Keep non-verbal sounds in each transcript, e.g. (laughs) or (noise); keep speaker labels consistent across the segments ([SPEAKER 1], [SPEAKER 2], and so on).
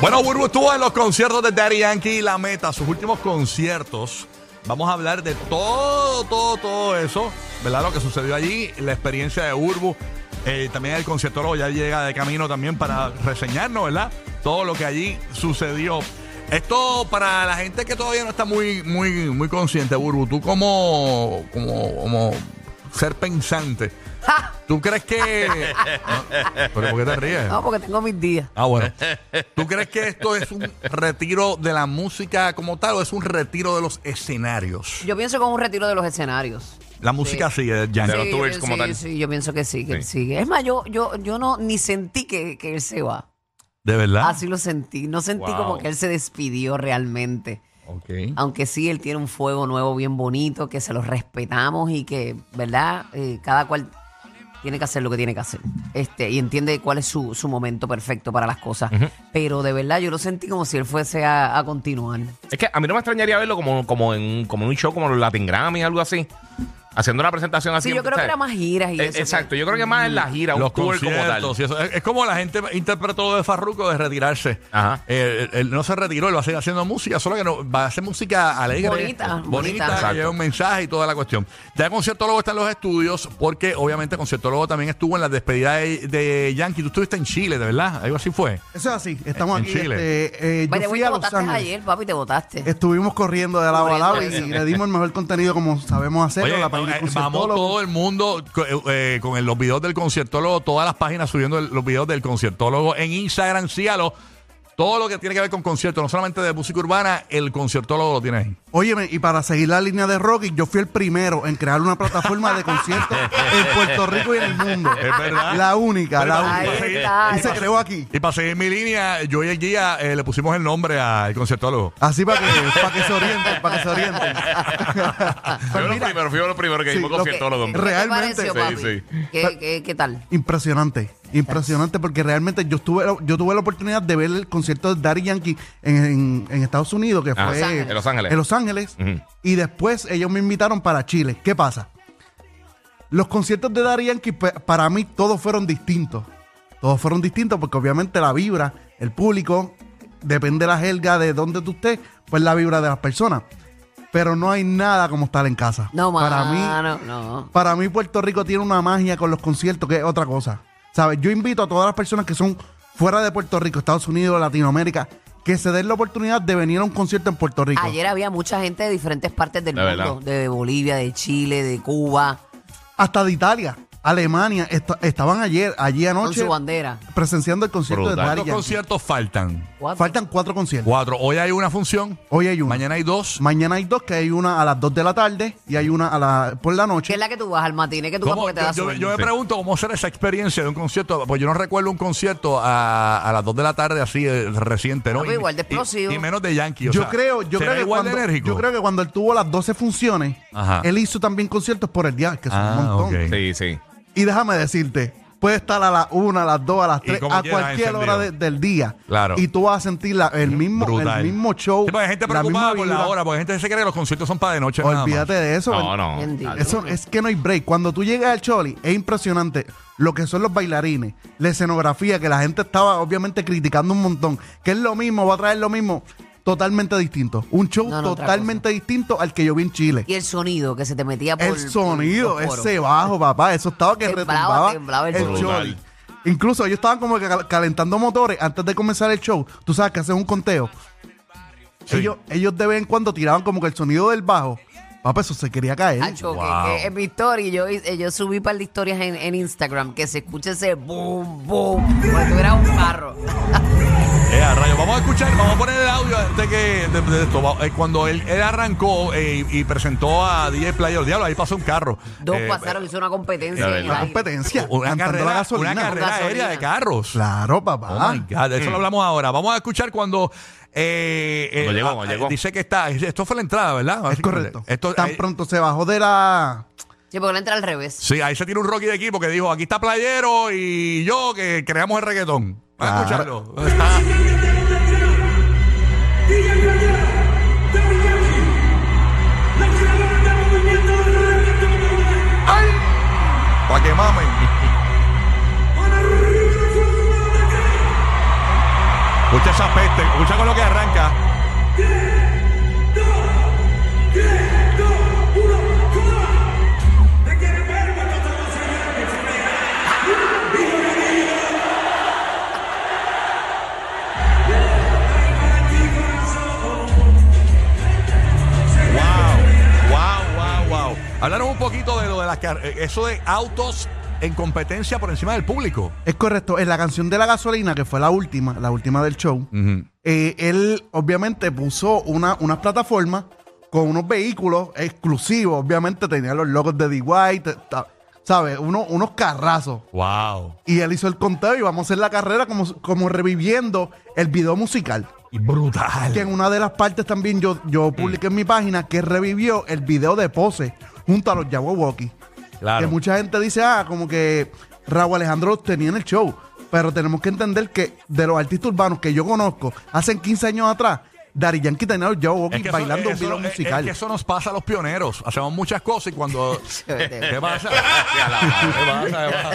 [SPEAKER 1] Bueno, Burbu estuvo en los conciertos de Daddy Yankee y La Meta, sus últimos conciertos. Vamos a hablar de todo, todo, todo eso, ¿verdad? Lo que sucedió allí, la experiencia de Burbu. Eh, también el conciertólogo ya llega de camino también para reseñarnos, ¿verdad? Todo lo que allí sucedió. Esto para la gente que todavía no está muy, muy, muy consciente, Burbu, tú como, como, como ser pensante, ¿tú crees que... (laughs) No, ¿Pero por qué te ríes?
[SPEAKER 2] No, porque tengo mis días.
[SPEAKER 1] Ah, bueno. (laughs) ¿Tú crees que esto es un retiro de la música como tal o es un retiro de los escenarios?
[SPEAKER 2] Yo pienso con un retiro de los escenarios.
[SPEAKER 1] La música sigue, Yankee.
[SPEAKER 3] De los tours como
[SPEAKER 2] sí,
[SPEAKER 3] tal.
[SPEAKER 2] sí, yo pienso que sí, que él
[SPEAKER 3] Sí.
[SPEAKER 2] sigue. Es más, yo, yo, yo no ni sentí que, que él se va.
[SPEAKER 1] ¿De verdad?
[SPEAKER 2] Así lo sentí. No sentí
[SPEAKER 3] Ah. Wow.
[SPEAKER 2] como que él se despidió realmente.
[SPEAKER 3] Ok.
[SPEAKER 2] Aunque sí, él tiene un fuego nuevo bien bonito, que se lo respetamos y que, ¿verdad? Eh, cada cual tiene que hacer lo que tiene que hacer. Este, y entiende cuál es su, su momento perfecto para las cosas. Pero de verdad, yo lo sentí como si él fuese a, a continuar.
[SPEAKER 3] Es que a mí no me extrañaría verlo como, como, en, un- como en un show como los Latin Grammy, algo así. Haciendo una presentación así.
[SPEAKER 2] Sí, yo creo que
[SPEAKER 3] ¿sabes?
[SPEAKER 2] era más giras y
[SPEAKER 3] Eh,
[SPEAKER 2] eso. que-
[SPEAKER 3] Exacto, yo creo que más en la gira, un
[SPEAKER 1] los
[SPEAKER 3] tour como tal.
[SPEAKER 1] conciertos y eso. Es, es como la gente interpretó lo de Farruko de retirarse.
[SPEAKER 3] Ajá.
[SPEAKER 1] Eh, él, él no se retiró, él va a seguir haciendo música, solo que no, va a hacer música alegre.
[SPEAKER 2] Bonita,
[SPEAKER 1] bonita.
[SPEAKER 2] bonita.
[SPEAKER 1] que
[SPEAKER 3] Exacto.
[SPEAKER 1] lleve un mensaje y toda la cuestión. Ya el conciertólogo está en los estudios, porque obviamente el conciertólogo también estuvo en la despedida de, de Yankee. Tú estuviste en Chile, ¿de verdad? Algo así fue.
[SPEAKER 4] Eso es así, estamos
[SPEAKER 1] En
[SPEAKER 4] aquí.
[SPEAKER 1] Chile.
[SPEAKER 4] este, eh,
[SPEAKER 2] By the
[SPEAKER 4] yo
[SPEAKER 2] way,
[SPEAKER 4] fui
[SPEAKER 2] te
[SPEAKER 4] a Los
[SPEAKER 2] votaste
[SPEAKER 4] Ángeles.
[SPEAKER 2] ayer, papi, te votaste.
[SPEAKER 4] Estuvimos corriendo de lado a lado y
[SPEAKER 2] Corriendo,
[SPEAKER 4] le dimos el mejor contenido como sabemos hacerlo.
[SPEAKER 1] Oye,
[SPEAKER 4] la
[SPEAKER 1] eh,
[SPEAKER 4] página del
[SPEAKER 1] vamos
[SPEAKER 4] conciertólogo.
[SPEAKER 1] todo el mundo co- eh, eh, con el- los videos del conciertólogo, todas las páginas subiendo el- los videos del conciertólogo en Instagram, sígalo. Todo lo que tiene que ver con conciertos, no solamente de música urbana, el conciertólogo lo tiene ahí.
[SPEAKER 4] Óyeme, y para seguir la línea de Rocky, yo fui el primero en crear una plataforma
[SPEAKER 1] (laughs)
[SPEAKER 4] de conciertos en Puerto Rico y en el mundo.
[SPEAKER 1] Es verdad.
[SPEAKER 4] La única, la
[SPEAKER 1] Pero-
[SPEAKER 4] única.
[SPEAKER 2] Ahí
[SPEAKER 1] Ay,
[SPEAKER 2] está.
[SPEAKER 4] Y se creó aquí.
[SPEAKER 1] Y para seguir mi línea, yo y el guía eh, le pusimos el nombre al conciertólogo.
[SPEAKER 4] Así para que, para que se orienten, para que se orienten.
[SPEAKER 3] Fue lo primero, fui lo primero que
[SPEAKER 4] Sí,
[SPEAKER 3] dimos
[SPEAKER 4] lo que-
[SPEAKER 3] conciertólogo.
[SPEAKER 2] ¿Qué
[SPEAKER 4] re-
[SPEAKER 2] te
[SPEAKER 4] Realmente.
[SPEAKER 2] pareció, papi?
[SPEAKER 3] Sí,
[SPEAKER 2] ¿Qué, qué, qué tal?
[SPEAKER 4] Impresionante, impresionante, porque realmente yo tuve, yo tuve la oportunidad de ver el concierto de Daddy Yankee en, en- en Estados Unidos, que
[SPEAKER 3] Ah,
[SPEAKER 4] fue
[SPEAKER 3] en Los Ángeles.
[SPEAKER 4] en Los Ángeles,
[SPEAKER 3] Ujú.
[SPEAKER 4] y después ellos me invitaron para Chile. ¿Qué pasa? Los conciertos de Daddy Yankee, pe- para mí, todos fueron distintos. Todos fueron distintos porque obviamente la vibra, el público, depende de la jerga, de dónde tú estés, pues la vibra de las personas. Pero no hay nada como estar en casa.
[SPEAKER 2] No,
[SPEAKER 4] para mí,
[SPEAKER 2] mano, no.
[SPEAKER 4] para mí Puerto Rico tiene una magia con los conciertos que es otra cosa. ¿Sabes? Yo invito a todas las personas que son fuera de Puerto Rico, Estados Unidos, Latinoamérica, que se den la oportunidad de venir a un concierto en Puerto Rico.
[SPEAKER 2] Ayer había mucha gente de diferentes partes del
[SPEAKER 3] De verdad.
[SPEAKER 2] mundo, de Bolivia, de Chile, de Cuba,
[SPEAKER 4] Hasta de Italia, Alemania, est- estaban ayer, allí
[SPEAKER 2] con
[SPEAKER 4] anoche,
[SPEAKER 2] su bandera.
[SPEAKER 4] presenciando el concierto
[SPEAKER 3] Brutal.
[SPEAKER 4] de
[SPEAKER 1] ¿Cuántos
[SPEAKER 4] Daddy Yankee.
[SPEAKER 1] conciertos faltan?
[SPEAKER 2] Cuatro.
[SPEAKER 4] Faltan cuatro conciertos.
[SPEAKER 1] Cuatro. Hoy hay una función,
[SPEAKER 4] Hoy hay uno.
[SPEAKER 1] mañana hay dos.
[SPEAKER 4] Mañana hay dos, que hay una a las dos de la tarde y hay una a la, por la
[SPEAKER 2] ¿Qué
[SPEAKER 4] noche.
[SPEAKER 2] es la que tú vas al matiné que tú vas
[SPEAKER 1] ¿Cómo?
[SPEAKER 2] porque te
[SPEAKER 1] Yo,
[SPEAKER 2] da
[SPEAKER 1] yo-
[SPEAKER 2] sueño?
[SPEAKER 1] yo me
[SPEAKER 3] Sí.
[SPEAKER 1] pregunto cómo será esa experiencia de un concierto, pues yo no recuerdo un concierto a, a las 2 de la tarde así eh, reciente, ¿no?
[SPEAKER 2] No, pero igual de
[SPEAKER 1] Y- y-
[SPEAKER 2] explosivo.
[SPEAKER 1] Y, menos de Yankee. o
[SPEAKER 4] yo
[SPEAKER 1] sea,
[SPEAKER 4] creo, yo
[SPEAKER 1] ¿será
[SPEAKER 4] creo, que
[SPEAKER 1] igual de
[SPEAKER 4] cuando,
[SPEAKER 1] enérgico?
[SPEAKER 4] yo creo que cuando él tuvo las 12 funciones,
[SPEAKER 1] Ajá.
[SPEAKER 4] él hizo también conciertos por el día, que son
[SPEAKER 1] Ah,
[SPEAKER 4] un montón.
[SPEAKER 1] ok.
[SPEAKER 3] Sí, sí.
[SPEAKER 4] Y déjame decirte, puede estar a las 1, a las 2, a las
[SPEAKER 1] Y
[SPEAKER 4] 3,
[SPEAKER 1] como
[SPEAKER 4] a
[SPEAKER 1] quiera,
[SPEAKER 4] cualquier
[SPEAKER 1] encendido.
[SPEAKER 4] hora de- del día.
[SPEAKER 1] Claro.
[SPEAKER 4] Y tú vas a sentir la- el, mismo,
[SPEAKER 1] Brutal.
[SPEAKER 4] el mismo show.
[SPEAKER 1] Sí, porque hay gente
[SPEAKER 4] la misma
[SPEAKER 1] preocupada por la
[SPEAKER 4] vibra.
[SPEAKER 1] hora, porque hay gente que se cree que los conciertos son para de noche. nada más.
[SPEAKER 4] Olvídate de eso.
[SPEAKER 3] No,
[SPEAKER 4] ven-
[SPEAKER 3] no.
[SPEAKER 2] Bendito.
[SPEAKER 4] Eso es que no hay break. Cuando tú llegas al Choli, es impresionante lo que son los bailarines, la escenografía, que la gente estaba obviamente criticando un montón, que es lo mismo, va a traer lo mismo, totalmente distinto. Un show
[SPEAKER 2] No, no, otra
[SPEAKER 4] totalmente distinto al que yo vi en Chile.
[SPEAKER 2] Y el sonido que se te metía por
[SPEAKER 4] El sonido,
[SPEAKER 2] por los poros.
[SPEAKER 4] ese bajo, papá, eso estaba que
[SPEAKER 2] Temblaba,
[SPEAKER 4] retumbaba
[SPEAKER 2] temblaba el
[SPEAKER 4] el
[SPEAKER 2] sonido.
[SPEAKER 4] choli. Incluso ellos estaban como que cal- calentando motores antes de comenzar el show. Tú sabes que hacen un conteo.
[SPEAKER 1] Sí.
[SPEAKER 4] Ellos, ellos de vez en cuando tiraban como que el sonido del bajo. Papá, eso se quería caer.
[SPEAKER 2] Acho, que-
[SPEAKER 1] Wow.
[SPEAKER 2] que en mi story, yo, hice- yo subí para de historias en, en Instagram que se escucha ese boom, boom, como si tuviera un carro.
[SPEAKER 1] Eh, a rayos. Vamos a escuchar, vamos a poner el audio antes que de, de esto. Va- eh, cuando él, él arrancó eh, y, y presentó a DJ Player Diablo, ahí pasó un carro.
[SPEAKER 2] Dos
[SPEAKER 1] Eh,
[SPEAKER 2] pasaron, hizo una competencia.
[SPEAKER 3] la
[SPEAKER 2] en el
[SPEAKER 3] verdad.
[SPEAKER 4] La
[SPEAKER 2] aire.
[SPEAKER 4] competencia.
[SPEAKER 1] Una
[SPEAKER 4] cantando
[SPEAKER 1] carrera,
[SPEAKER 4] la gasolina.
[SPEAKER 1] una carrera
[SPEAKER 2] Gasolina.
[SPEAKER 1] aérea de carros.
[SPEAKER 4] Claro,
[SPEAKER 1] Oh
[SPEAKER 4] papá.
[SPEAKER 1] my God, de eso lo hablamos ahora. Vamos a escuchar cuando. eh, eh,
[SPEAKER 3] Mm. Cuando llegó,
[SPEAKER 1] ah,
[SPEAKER 3] cuando
[SPEAKER 1] eh,
[SPEAKER 3] llegó.
[SPEAKER 1] Dice que está. Esto fue la entrada, ¿verdad?
[SPEAKER 4] es correcto.
[SPEAKER 1] Esto, eh,
[SPEAKER 4] Tan
[SPEAKER 1] ahí-
[SPEAKER 4] pronto se bajó de la.
[SPEAKER 2] Sí, porque la entra al revés.
[SPEAKER 1] sí, ahí se tiene un Rocky de equipo que dijo: aquí está Playero y yo que creamos el reggaetón. Vamos a
[SPEAKER 4] Claro.
[SPEAKER 1] escucharlo. (laughs) Para que mamen. Escucha esa peste Escucha con lo que arranca. Wow, wow, wow, wow. Hablaron un poquito de lo de las car- eh, eso de autos en competencia por encima del público.
[SPEAKER 4] Es correcto. En la canción de la gasolina, que fue la última, la última del show,
[SPEAKER 1] Mm.
[SPEAKER 4] eh, él obviamente puso una, una plataforma con unos vehículos exclusivos. Obviamente tenía los logos de D.Y., te- ta- ¿sabes? Uno- unos carrazos.
[SPEAKER 1] Wow.
[SPEAKER 4] Y él hizo el conteo y vamos a hacer la carrera como, como reviviendo el video musical.
[SPEAKER 1] Y brutal.
[SPEAKER 4] Que en una de las partes también yo,
[SPEAKER 1] Mm.
[SPEAKER 4] yo publiqué en mi página que revivió el video de Pose junto a los Jabberwocky.
[SPEAKER 1] Claro.
[SPEAKER 4] Que mucha gente dice, ah, como que Raúl Alejandro los tenía en el show. Pero tenemos que entender que de los artistas urbanos que yo conozco, hace 15 años atrás, Dari Yankee tenía a los Jabberwocky
[SPEAKER 1] Es que eso-
[SPEAKER 4] bailando
[SPEAKER 1] eso-
[SPEAKER 4] un video
[SPEAKER 1] es-
[SPEAKER 4] musical.
[SPEAKER 1] Es que eso nos pasa a los pioneros. Hacemos muchas cosas y
[SPEAKER 4] (laughs)
[SPEAKER 1] cuando. ¿Qué pasa? ¿Qué pasa?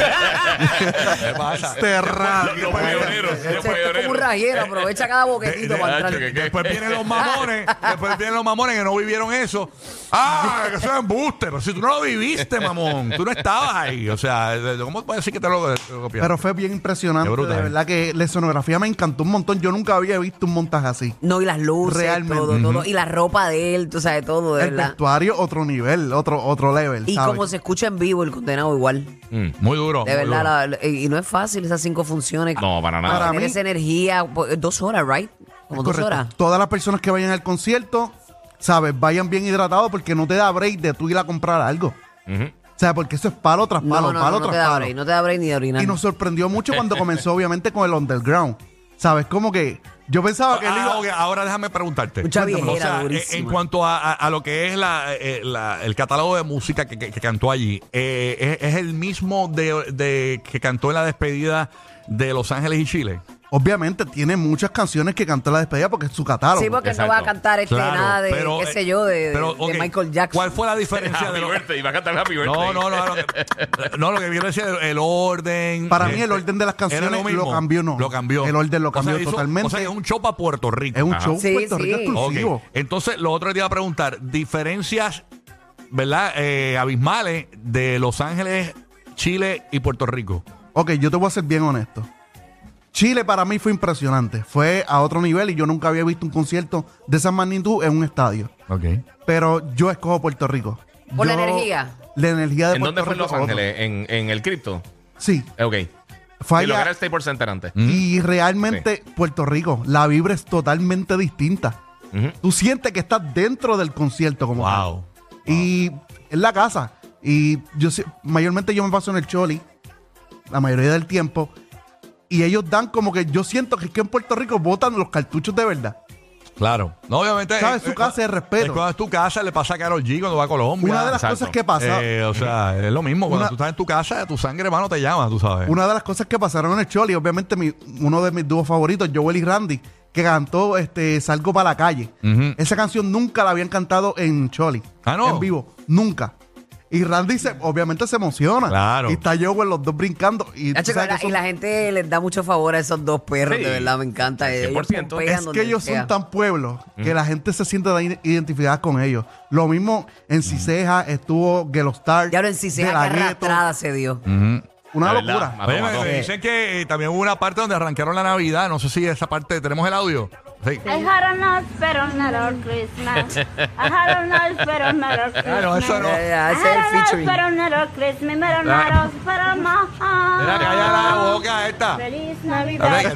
[SPEAKER 1] ¿Qué pasa?
[SPEAKER 4] Este rap.
[SPEAKER 3] Los pioneros,
[SPEAKER 2] Este
[SPEAKER 3] los
[SPEAKER 2] es como un
[SPEAKER 3] pioneros.
[SPEAKER 2] rayero, aprovecha cada boquetito para
[SPEAKER 3] Nacho,
[SPEAKER 2] entrar.
[SPEAKER 3] que- que-
[SPEAKER 1] Después vienen
[SPEAKER 4] (laughs)
[SPEAKER 1] los mamones, después vienen los mamones que no vivieron eso. Ah, que son embustes, pero si tú no lo viviste, mamón, tú no estabas ahí. O sea, ¿cómo puedes decir que te lo, te lo copiaron?
[SPEAKER 4] Pero fue bien impresionante.
[SPEAKER 1] Qué
[SPEAKER 4] De
[SPEAKER 1] brutal.
[SPEAKER 4] verdad que la escenografía me encantó un montón. Yo nunca había visto un montaje así.
[SPEAKER 2] No, y las luces,
[SPEAKER 4] Realmente.
[SPEAKER 2] todo, todo. Y la ropa de él, tú sabes, todo, de
[SPEAKER 4] El
[SPEAKER 2] verdad.
[SPEAKER 4] vestuario, otro nivel, otro, otro level.
[SPEAKER 2] Y
[SPEAKER 4] ¿sabes?
[SPEAKER 2] como se escucha en vivo el condenado igual.
[SPEAKER 1] Mm. muy duro.
[SPEAKER 2] De
[SPEAKER 1] muy duro.
[SPEAKER 2] verdad, la- la- y no es fácil esas cinco funciones.
[SPEAKER 3] No, para nada.
[SPEAKER 4] Para
[SPEAKER 2] Tener
[SPEAKER 4] mí-
[SPEAKER 2] esa energía, pues, dos horas, ¿right? Como
[SPEAKER 4] Es
[SPEAKER 2] dos
[SPEAKER 4] correcto.
[SPEAKER 2] horas.
[SPEAKER 4] Todas las personas que vayan al concierto, ¿sabes? Vayan bien hidratados porque no te da break de tú ir a comprar algo. O sea, porque eso es palo tras
[SPEAKER 2] No,
[SPEAKER 4] palo,
[SPEAKER 2] no, no,
[SPEAKER 4] palo
[SPEAKER 2] no te
[SPEAKER 4] tras
[SPEAKER 2] da
[SPEAKER 4] palo.
[SPEAKER 2] break, no te da break ni de orinar.
[SPEAKER 4] Y nos sorprendió mucho
[SPEAKER 1] (laughs)
[SPEAKER 4] cuando comenzó, obviamente, con el underground. ¿Sabes? Como que yo pensaba que él
[SPEAKER 1] Ah,
[SPEAKER 4] iba.
[SPEAKER 1] ok, ahora déjame preguntarte.
[SPEAKER 2] Mucha
[SPEAKER 1] Cuéntame.
[SPEAKER 2] viejera
[SPEAKER 1] O sea,
[SPEAKER 2] durísima.
[SPEAKER 1] eh, En cuanto a, a- a lo que es la, eh, la- el catálogo de música que, que- que cantó allí, eh, es, es el mismo de, de- que cantó en la despedida de Los Ángeles y Chile?
[SPEAKER 4] Obviamente, tiene muchas canciones que cantó en la despedida porque es su catálogo.
[SPEAKER 2] Sí, porque
[SPEAKER 3] Exacto.
[SPEAKER 2] no va a cantar este
[SPEAKER 1] Claro,
[SPEAKER 2] nada de,
[SPEAKER 1] pero,
[SPEAKER 2] qué
[SPEAKER 1] eh,
[SPEAKER 2] sé yo, de, de-
[SPEAKER 1] pero,
[SPEAKER 2] de
[SPEAKER 1] ok,
[SPEAKER 2] Michael Jackson.
[SPEAKER 1] ¿Cuál fue la diferencia de
[SPEAKER 3] Happy
[SPEAKER 1] lo-
[SPEAKER 3] birthday, iba a cantar Happy birthday.
[SPEAKER 1] No, no, no. Lo que, no, lo que quiero decir es el orden.
[SPEAKER 4] Para mí
[SPEAKER 1] Este,
[SPEAKER 4] el orden de las
[SPEAKER 1] era
[SPEAKER 4] canciones lo,
[SPEAKER 1] mismo.
[SPEAKER 4] cambió, no.
[SPEAKER 1] Lo cambió.
[SPEAKER 4] El orden lo
[SPEAKER 1] O sea,
[SPEAKER 4] cambió
[SPEAKER 1] hizo-
[SPEAKER 4] totalmente.
[SPEAKER 1] O sea, es un show para Puerto Rico.
[SPEAKER 4] es un
[SPEAKER 3] Ajá.
[SPEAKER 4] show
[SPEAKER 2] Sí,
[SPEAKER 4] Puerto
[SPEAKER 2] sí.
[SPEAKER 4] Rico
[SPEAKER 1] Ok.
[SPEAKER 4] exclusivo.
[SPEAKER 1] Entonces, lo otro que te iba a preguntar, diferencias, ¿verdad? Eh, abismales de Los Ángeles, Chile y Puerto Rico.
[SPEAKER 4] Ok, yo te voy a ser bien honesto. Chile para mí fue impresionante. Fue a otro nivel y yo nunca había visto un concierto de esa magnitud en un estadio.
[SPEAKER 1] Ok.
[SPEAKER 4] Pero yo escojo Puerto Rico.
[SPEAKER 2] ¿Por la
[SPEAKER 4] Yo-
[SPEAKER 2] energía?
[SPEAKER 4] La energía de
[SPEAKER 3] ¿En
[SPEAKER 4] Puerto
[SPEAKER 3] dónde fue en
[SPEAKER 4] Rico
[SPEAKER 3] Los
[SPEAKER 4] es otro.
[SPEAKER 3] Ángeles? ¿En, en el cripto?
[SPEAKER 4] Sí,
[SPEAKER 3] Eh, Ok.
[SPEAKER 4] fue
[SPEAKER 3] Y lo que era
[SPEAKER 4] allá.
[SPEAKER 3] el Staples Center antes.
[SPEAKER 4] Y realmente Puerto Rico, la vibra es totalmente distinta.
[SPEAKER 3] Ujú.
[SPEAKER 4] Tú sientes que estás dentro del concierto como tal.
[SPEAKER 1] Wow.
[SPEAKER 4] Y es la casa. Y yo sé- mayormente yo me paso en el Choli, la mayoría del tiempo. Y ellos dan como que yo siento que es que en Puerto Rico botan los cartuchos de verdad.
[SPEAKER 1] Claro. No, obviamente. eh,
[SPEAKER 4] ¿Sabes? Su casa es respeto.
[SPEAKER 1] es cuando es tu casa, le pasa a Carol G cuando va a Colombia.
[SPEAKER 4] Una de las
[SPEAKER 3] exacto.
[SPEAKER 4] cosas que pasa,
[SPEAKER 1] Eh, o sea, es lo mismo. Cuando
[SPEAKER 4] Una-
[SPEAKER 1] tú estás en tu casa, tu sangre, hermano, te llama, tú sabes.
[SPEAKER 4] una de las cosas que pasaron en el Choli, obviamente mi- uno de mis dúos favoritos, Joel y Randy, que cantó este Salgo para la calle.
[SPEAKER 1] Ujú.
[SPEAKER 4] Esa canción nunca la habían cantado en Choli.
[SPEAKER 1] Ah, ¿no?
[SPEAKER 4] En vivo. Nunca. Y Randy se, obviamente se emociona.
[SPEAKER 1] Claro.
[SPEAKER 4] Y está Joel los dos brincando. Y, tú
[SPEAKER 2] Nacho,
[SPEAKER 4] sabes
[SPEAKER 2] que la-
[SPEAKER 4] que son-
[SPEAKER 2] y la gente les da mucho favor a esos dos perros,
[SPEAKER 3] Sí.
[SPEAKER 2] de verdad, me encanta. eh, Ellos
[SPEAKER 3] 100%.
[SPEAKER 2] pompean
[SPEAKER 4] Es
[SPEAKER 2] donde
[SPEAKER 4] que ellos
[SPEAKER 2] sea.
[SPEAKER 4] son tan pueblos que la gente se siente tan identificada con ellos. Lo mismo en Ciseja estuvo Gelostar.
[SPEAKER 2] Ya lo en Cicea, que arrastrada se dio.
[SPEAKER 4] Una
[SPEAKER 3] De verdad,
[SPEAKER 4] locura.
[SPEAKER 3] mató,
[SPEAKER 1] Oye, me-
[SPEAKER 3] mató.
[SPEAKER 1] me dicen que eh, también hubo una parte donde arrancaron la Navidad. No sé si esa parte. ¿Tenemos el audio? Sí.
[SPEAKER 5] I had a nice better Merry Christmas. I had a nice
[SPEAKER 1] (laughs)
[SPEAKER 5] better Merry Christmas.
[SPEAKER 1] Ah, no, eso no.
[SPEAKER 2] Ya, ya,
[SPEAKER 5] I
[SPEAKER 2] ese es el
[SPEAKER 5] had a nice
[SPEAKER 2] Eh, featuring.
[SPEAKER 5] better Merry Christmas. Merry Merry Christmas, my heart.
[SPEAKER 1] Mira, calla la boca esta.
[SPEAKER 5] Feliz Navidad.
[SPEAKER 1] Dale, que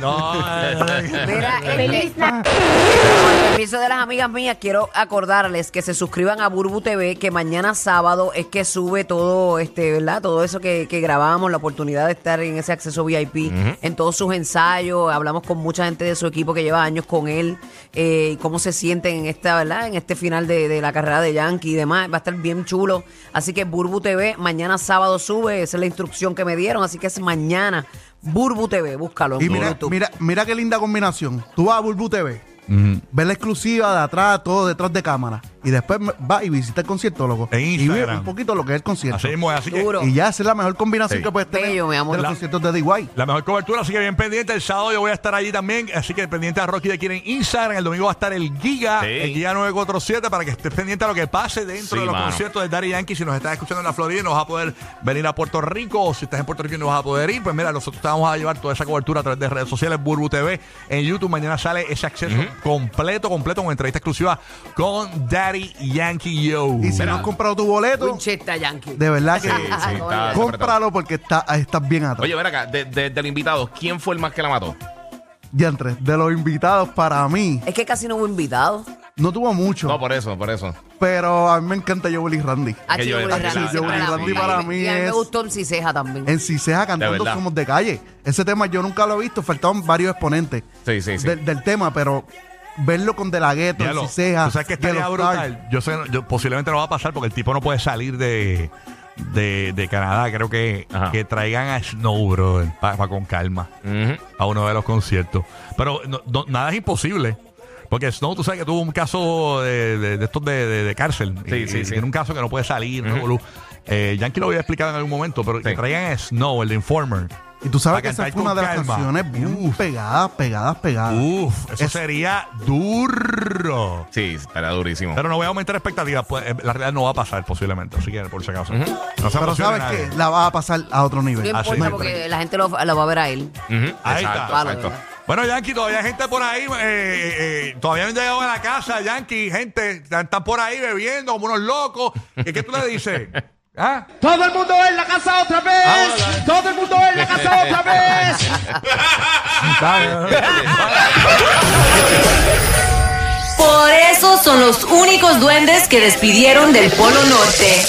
[SPEAKER 1] No.
[SPEAKER 2] Mira,
[SPEAKER 5] Feliz Navidad.
[SPEAKER 2] Con permiso de las amigas mías, quiero acordarles que se suscriban a Burbu TV, que mañana sábado es que sube todo, este, ¿verdad? Todo eso que, que grabamos, la oportunidad de estar en ese acceso VIP, en todos sus ensayos, hablamos con mucha gente de su equipo que lleva años con él, eh, y cómo se sienten en esta, ¿verdad? En este final de, de la carrera de Yankee y demás, va a estar bien chulo. Así que Burbu TV, mañana sábado sube, esa es la instrucción que me dieron, así que es mañana. Burbu TV, búscalo.
[SPEAKER 4] Y
[SPEAKER 2] en
[SPEAKER 4] mira,
[SPEAKER 2] YouTube.
[SPEAKER 4] mira, mira qué linda combinación. Tú vas a Bulbu TV, ves la exclusiva de atrás, todo detrás de cámara. Y después me- va y visita el concierto, loco.
[SPEAKER 1] En
[SPEAKER 4] y
[SPEAKER 1] Instagram.
[SPEAKER 4] vive un poquito lo que es el concierto.
[SPEAKER 1] Así mismo es, así que
[SPEAKER 2] Duro.
[SPEAKER 4] Y ya esa es la mejor combinación
[SPEAKER 3] Sí.
[SPEAKER 4] que puedes tener
[SPEAKER 2] Bello, mi amor.
[SPEAKER 4] de los
[SPEAKER 2] La-
[SPEAKER 4] conciertos de DIY.
[SPEAKER 1] La mejor cobertura, así que bien pendiente. El sábado yo voy a estar allí también. Así que pendiente a Rocky de aquí en Instagram. El domingo va a estar el Giga,
[SPEAKER 3] Sí.
[SPEAKER 1] el Giga 947, para que estés pendiente a lo que pase dentro
[SPEAKER 3] Sí,
[SPEAKER 1] de los
[SPEAKER 3] mano.
[SPEAKER 1] conciertos de Daddy Yankee. Si nos estás escuchando en la Florida y no vas a poder venir a Puerto Rico, o si estás en Puerto Rico y no vas a poder ir, pues mira, nosotros te vamos a llevar toda esa cobertura a través de redes sociales, Burbu TV, en YouTube. Mañana sale ese acceso completo, completo, con entrevista exclusiva con Daddy Yankee Yo.
[SPEAKER 4] Y si no has comprado tu boleto,
[SPEAKER 2] Winchester Yankee.
[SPEAKER 4] de verdad que
[SPEAKER 2] Ah,
[SPEAKER 3] Sí, sí, está-
[SPEAKER 4] cómpralo porque está, estás bien atrás.
[SPEAKER 3] Oye, ver acá, de- de- del invitado, ¿quién fue el más que la mató?
[SPEAKER 4] Diantre, de los invitados para mí,
[SPEAKER 2] Es que casi no hubo invitado.
[SPEAKER 4] no tuvo mucho,
[SPEAKER 3] No, pues. por eso, por eso.
[SPEAKER 4] pero a mí me encanta Joel y Randy.
[SPEAKER 2] Ah,
[SPEAKER 3] Que
[SPEAKER 2] sí,
[SPEAKER 3] Joel
[SPEAKER 2] Joel Randy
[SPEAKER 3] Randy la-
[SPEAKER 2] siempre
[SPEAKER 3] Joel
[SPEAKER 2] la-
[SPEAKER 3] Randy
[SPEAKER 2] y-
[SPEAKER 4] para mí
[SPEAKER 2] Y a mí me
[SPEAKER 4] es-
[SPEAKER 2] gustó en Ciseja también.
[SPEAKER 4] En Ciseja cantando
[SPEAKER 3] verdad.
[SPEAKER 4] Somos de Calle. Ese tema yo nunca lo he visto, faltaban varios exponentes
[SPEAKER 3] Sí, sí, sí.
[SPEAKER 4] Del, del tema, pero verlo con De La Ghetto,
[SPEAKER 1] Ya lo-
[SPEAKER 4] Ciseja,
[SPEAKER 1] tú sabes que estaría
[SPEAKER 4] Yellow Star.
[SPEAKER 1] brutal. Yo sé, yo- posiblemente no va a pasar porque el tipo no puede salir de, de, de Canadá. Creo que,
[SPEAKER 3] Ajá.
[SPEAKER 1] que traigan a Snow, bro, para con calma,
[SPEAKER 3] Ujú.
[SPEAKER 1] a uno de los conciertos. Pero no- no- nada es imposible. Porque Snow, tú sabes que tuvo un caso de, de- de estos de, de- de cárcel.
[SPEAKER 3] Sí,
[SPEAKER 1] y,
[SPEAKER 3] sí,
[SPEAKER 1] y
[SPEAKER 3] sí.
[SPEAKER 1] Tiene un caso que no puede salir. revolú. Eh, Yankee lo había explicado en algún momento, pero que
[SPEAKER 3] Sí.
[SPEAKER 1] traigan a Snow, el de Informer.
[SPEAKER 4] Y tú sabes
[SPEAKER 1] Para
[SPEAKER 4] que esa
[SPEAKER 1] cantar
[SPEAKER 4] fue una
[SPEAKER 1] con
[SPEAKER 4] de las
[SPEAKER 1] calma.
[SPEAKER 4] canciones bien pegadas, pegadas, pegadas.
[SPEAKER 1] Uf, eso
[SPEAKER 4] Es-
[SPEAKER 1] sería duro.
[SPEAKER 3] Sí, estaría durísimo.
[SPEAKER 1] Pero no voy a aumentar expectativas, pues eh, la realidad no va a pasar posiblemente, así que por si acaso. No se
[SPEAKER 4] pero
[SPEAKER 1] emocione
[SPEAKER 4] sabes
[SPEAKER 1] nadie.
[SPEAKER 4] que la vas a pasar a otro nivel.
[SPEAKER 2] No
[SPEAKER 1] Ah, sí,
[SPEAKER 2] importa
[SPEAKER 1] me
[SPEAKER 2] porque
[SPEAKER 1] parece.
[SPEAKER 2] la gente lo, lo va a ver a él.
[SPEAKER 3] Ujú,
[SPEAKER 1] Ahí está.
[SPEAKER 3] exacto,
[SPEAKER 2] Vale,
[SPEAKER 3] exacto.
[SPEAKER 2] ¿verdad?
[SPEAKER 1] Bueno, Yankee, todavía hay gente por ahí, eh, eh, eh, todavía no han llegado a la casa, Yankee, gente, están, están por ahí bebiendo como unos locos. ¿Qué, qué tú le
[SPEAKER 4] (laughs)
[SPEAKER 1] dices? ¿Ah?
[SPEAKER 6] Todo el mundo en la casa otra vez. Todo el mundo en la casa otra vez.
[SPEAKER 7] Por eso son los únicos duendes que despidieron del Polo Norte.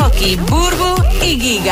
[SPEAKER 7] Rocky, Burbu y Giga.